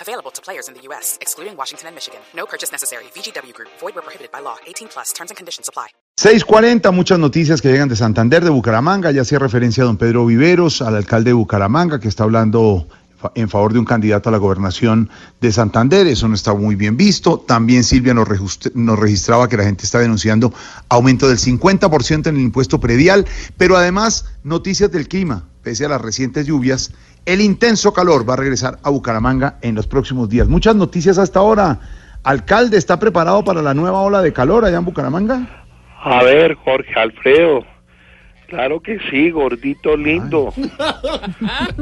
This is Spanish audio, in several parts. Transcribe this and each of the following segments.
Available to players in the U.S., excluding Washington and Michigan. No purchase necessary. VGW Group, void were prohibited by law. 18 plus terms and conditions apply. 6.40, muchas noticias que llegan de Santander, de Bucaramanga. Ya hacía referencia a don Pedro Viveros, al alcalde de Bucaramanga, que está hablando fa- en favor de un candidato a la gobernación de Santander. Eso no está muy bien visto. También Silvia nos, rejust- nos registraba que la gente está denunciando aumento del 50% en el impuesto predial. Pero además, noticias del clima. Pese a las recientes lluvias, el intenso calor va a regresar a Bucaramanga en los próximos días. Muchas noticias hasta ahora. Alcalde, ¿está preparado para la nueva ola de calor allá en Bucaramanga? A ver, Jorge Alfredo. Claro que sí, gordito lindo.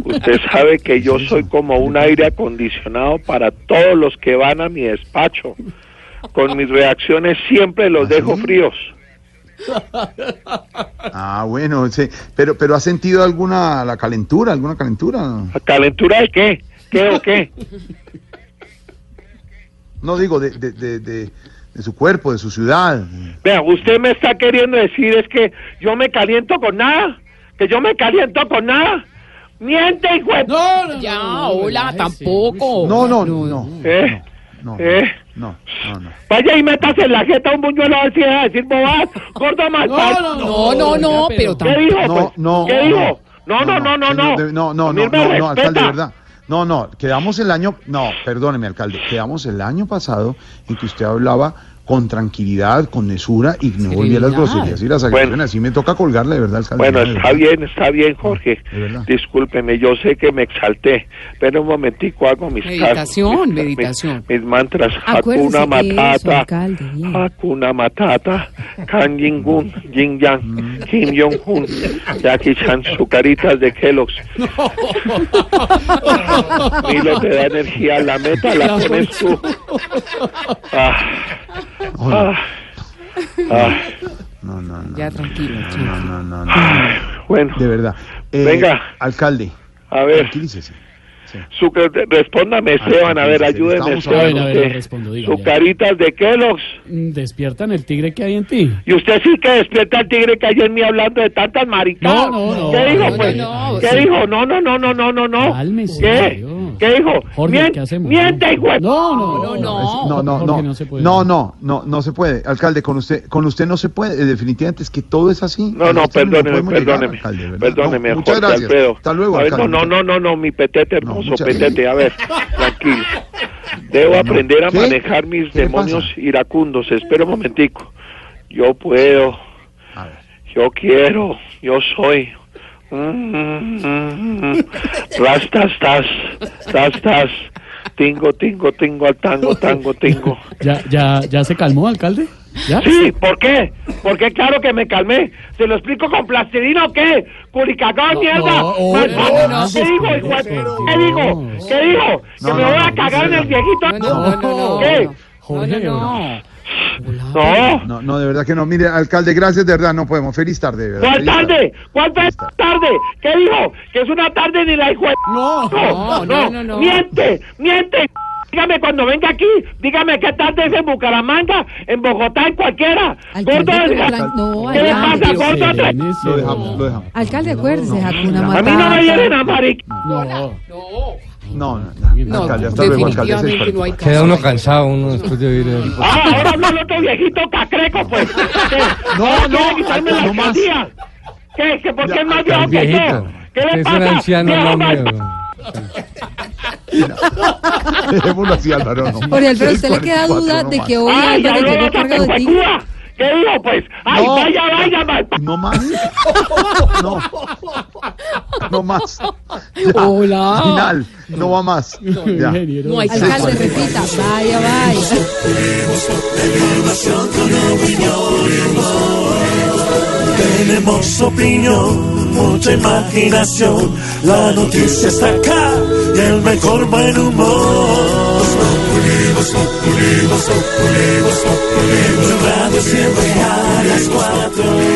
Usted sabe que yo soy como un aire acondicionado para todos los que van a mi despacho. Con mis reacciones siempre los dejo fríos. Ah, bueno, sí. Pero, pero ¿ha sentido alguna la calentura, alguna calentura? ¿A calentura de qué? ¿Qué o qué? No digo de, de, de, de- de su cuerpo, de su ciudad. Vea, usted me está queriendo decir es que yo me caliento con nada. Que yo me caliento con nada. Miente, hijo de... No, no, ya, hola, tampoco. No, no, no, no, Eh, no, eh. no, no, no. Vaya y métase en la jeta un buñuelo a ver si deja de decir bobadas. Gordo mal. No, no, no, no, pero ¿Qué tampoco. dijo? No, pues? no, ¿Qué dijo? No, no, no, no, no. señor, de- No, no, no, A mí me no, no, alcalde, de respeta. verdad. No, no, quedamos el año, no, perdóneme, alcalde, quedamos el año pasado en que usted hablaba con tranquilidad, con mesura y no volvía a las Serenidad. groserías y las agresiones. Así me toca colgarle, de verdad, alcalde. Bueno, no, de está verdad. bien, está bien, Jorge. De verdad. Discúlpeme, yo sé que me exalté, pero un momentico hago mis Meditación, casos, mis- meditación. Mis, mis mantras. Acuérdese Hakuna de eso, Matata. alcalde, bien. Hakuna Matata. Kang Jin-gun, Jin Yang, Mm. Kim Jong-un, Jackie Chan, su caritas de Kellogg's. Milo te da energía, la meta la pones tú. Ah, ah, ah, No, no, no, Ya, tranquilo, no, tranquilo. no, no, no, bueno, de verdad. Eh, Venga. Eh. Alcalde, a ver. tranquilícese. Su, Ah, respóndame, Esteban, a ver, entonces, ayúdeme, estamos hablando- Esteban. A ver, a ver, usted. respondo, diga, Su ya. caritas de Kellogg's. Mm, ¿Despiertan el tigre que hay en ti? Y usted sí que despierta al tigre que ayer en mí hablando de tantas maricadas. No, no, no. ¿Qué dijo, No, pues? no, no, ¿Qué sí. dijo? No, no, no, no, no, no, no. Cálmese, ¿Qué? Dios. ¿Qué dijo? Jorge, Mien- ¿qué hacemos? Miente, hijo de- No, no, No, no. no. No, no, no, Jorge, no, no se puede. no, no, no, se puede, alcalde, con usted, con usted no se puede, eh, definitivamente es que todo es así. No, no, Hasta ahí perdóneme, podemos llegar, perdóneme. alcalde, ¿verdad? perdóneme, No, muchas Jorge gracias. Alfredo. Hasta luego, A ver, no, alcalde. no, no, no, no, mi petete No, hermoso, muchas petete, a ver, tranquilo. Debo aprender a ¿Qué? manejar mis ¿Qué le demonios pasa? iracundos. Espera un momentico. Yo puedo, A ver. yo quiero, yo soy. Mm, mm, mm. Rastas, tas, rastas. Tingo, tingo, tingo, al tango, tango, tingo. ¿Ya, ya, ¿Ya se calmó, alcalde? ¿Ya? Sí, ¿por qué? Porque claro que me calmé. ¿Se lo explico con plastilina o qué? ¡Curicagao de mierda! no, oh, Más- no, más- no, ¿Qué no, digo, no, hijo de- no, ¿Qué no, digo? no, ¿Qué digo? no, ¿Que me no, voy a no, cagar en no, el viejito? No, no, no, no. ¿Qué? No, Jorge, no, No. No, no, de verdad que no, mire, alcalde, gracias, de verdad, no podemos, feliz tarde, de verdad. ¿Cuál feliz tarde? ¿Cuál fue esta tarde? ¿Qué dijo? Que es una tarde ni la hijo de- No, no, no, no, no. Miente, miente. Dígame cuando venga aquí, dígame qué tarde es en Bucaramanga, en Bogotá, en cualquiera. Alcalde, Gordo, pero desgra- plan- no, ¿Qué le alcalde, pasa, pero- gordo? desgra- Serénese. Lo dejamos, lo dejamos. Alcalde, acuérdese, Hakuna no. Matata. A mí no me vienen a maric... No, no. No, no, no, No, alcalde, hasta luego, alcalde. definitivamente no hay 6:40. caso. Queda uno cansado, uno después de oír el... Ah, ahora habla el otro viejito cacreco, pues. ¿Qué? No, Ahora no, quiere quitarme no la más. alcaldía. ¿Qué? ¿Qué? ¿Por qué es más viejo El que viejito. yo? ¿Qué le Es un pasa? anciano, Viejo no mal- mío. Dejémoslo así, Álvaro, no. Jorge Alfredo, ¿usted le queda 6:44 duda de no que hoy ¡Ay, Álvaro habló llegó otra cargado de ti? pecuecúa! ¿Qué dijo, pues? ¡Ay, No. vaya, vaya, mal! más. No más. No. No más. Ya, Hola. Final, no va más. Ya. ingeniero. No hay Alcalde, caso. repita, vaya, vaya. Tenemos opinión, mucha imaginación. La noticia está acá y el mejor buen humor. Los populimos, populimos, populimos, populimos. En radio siempre hay. cuatro.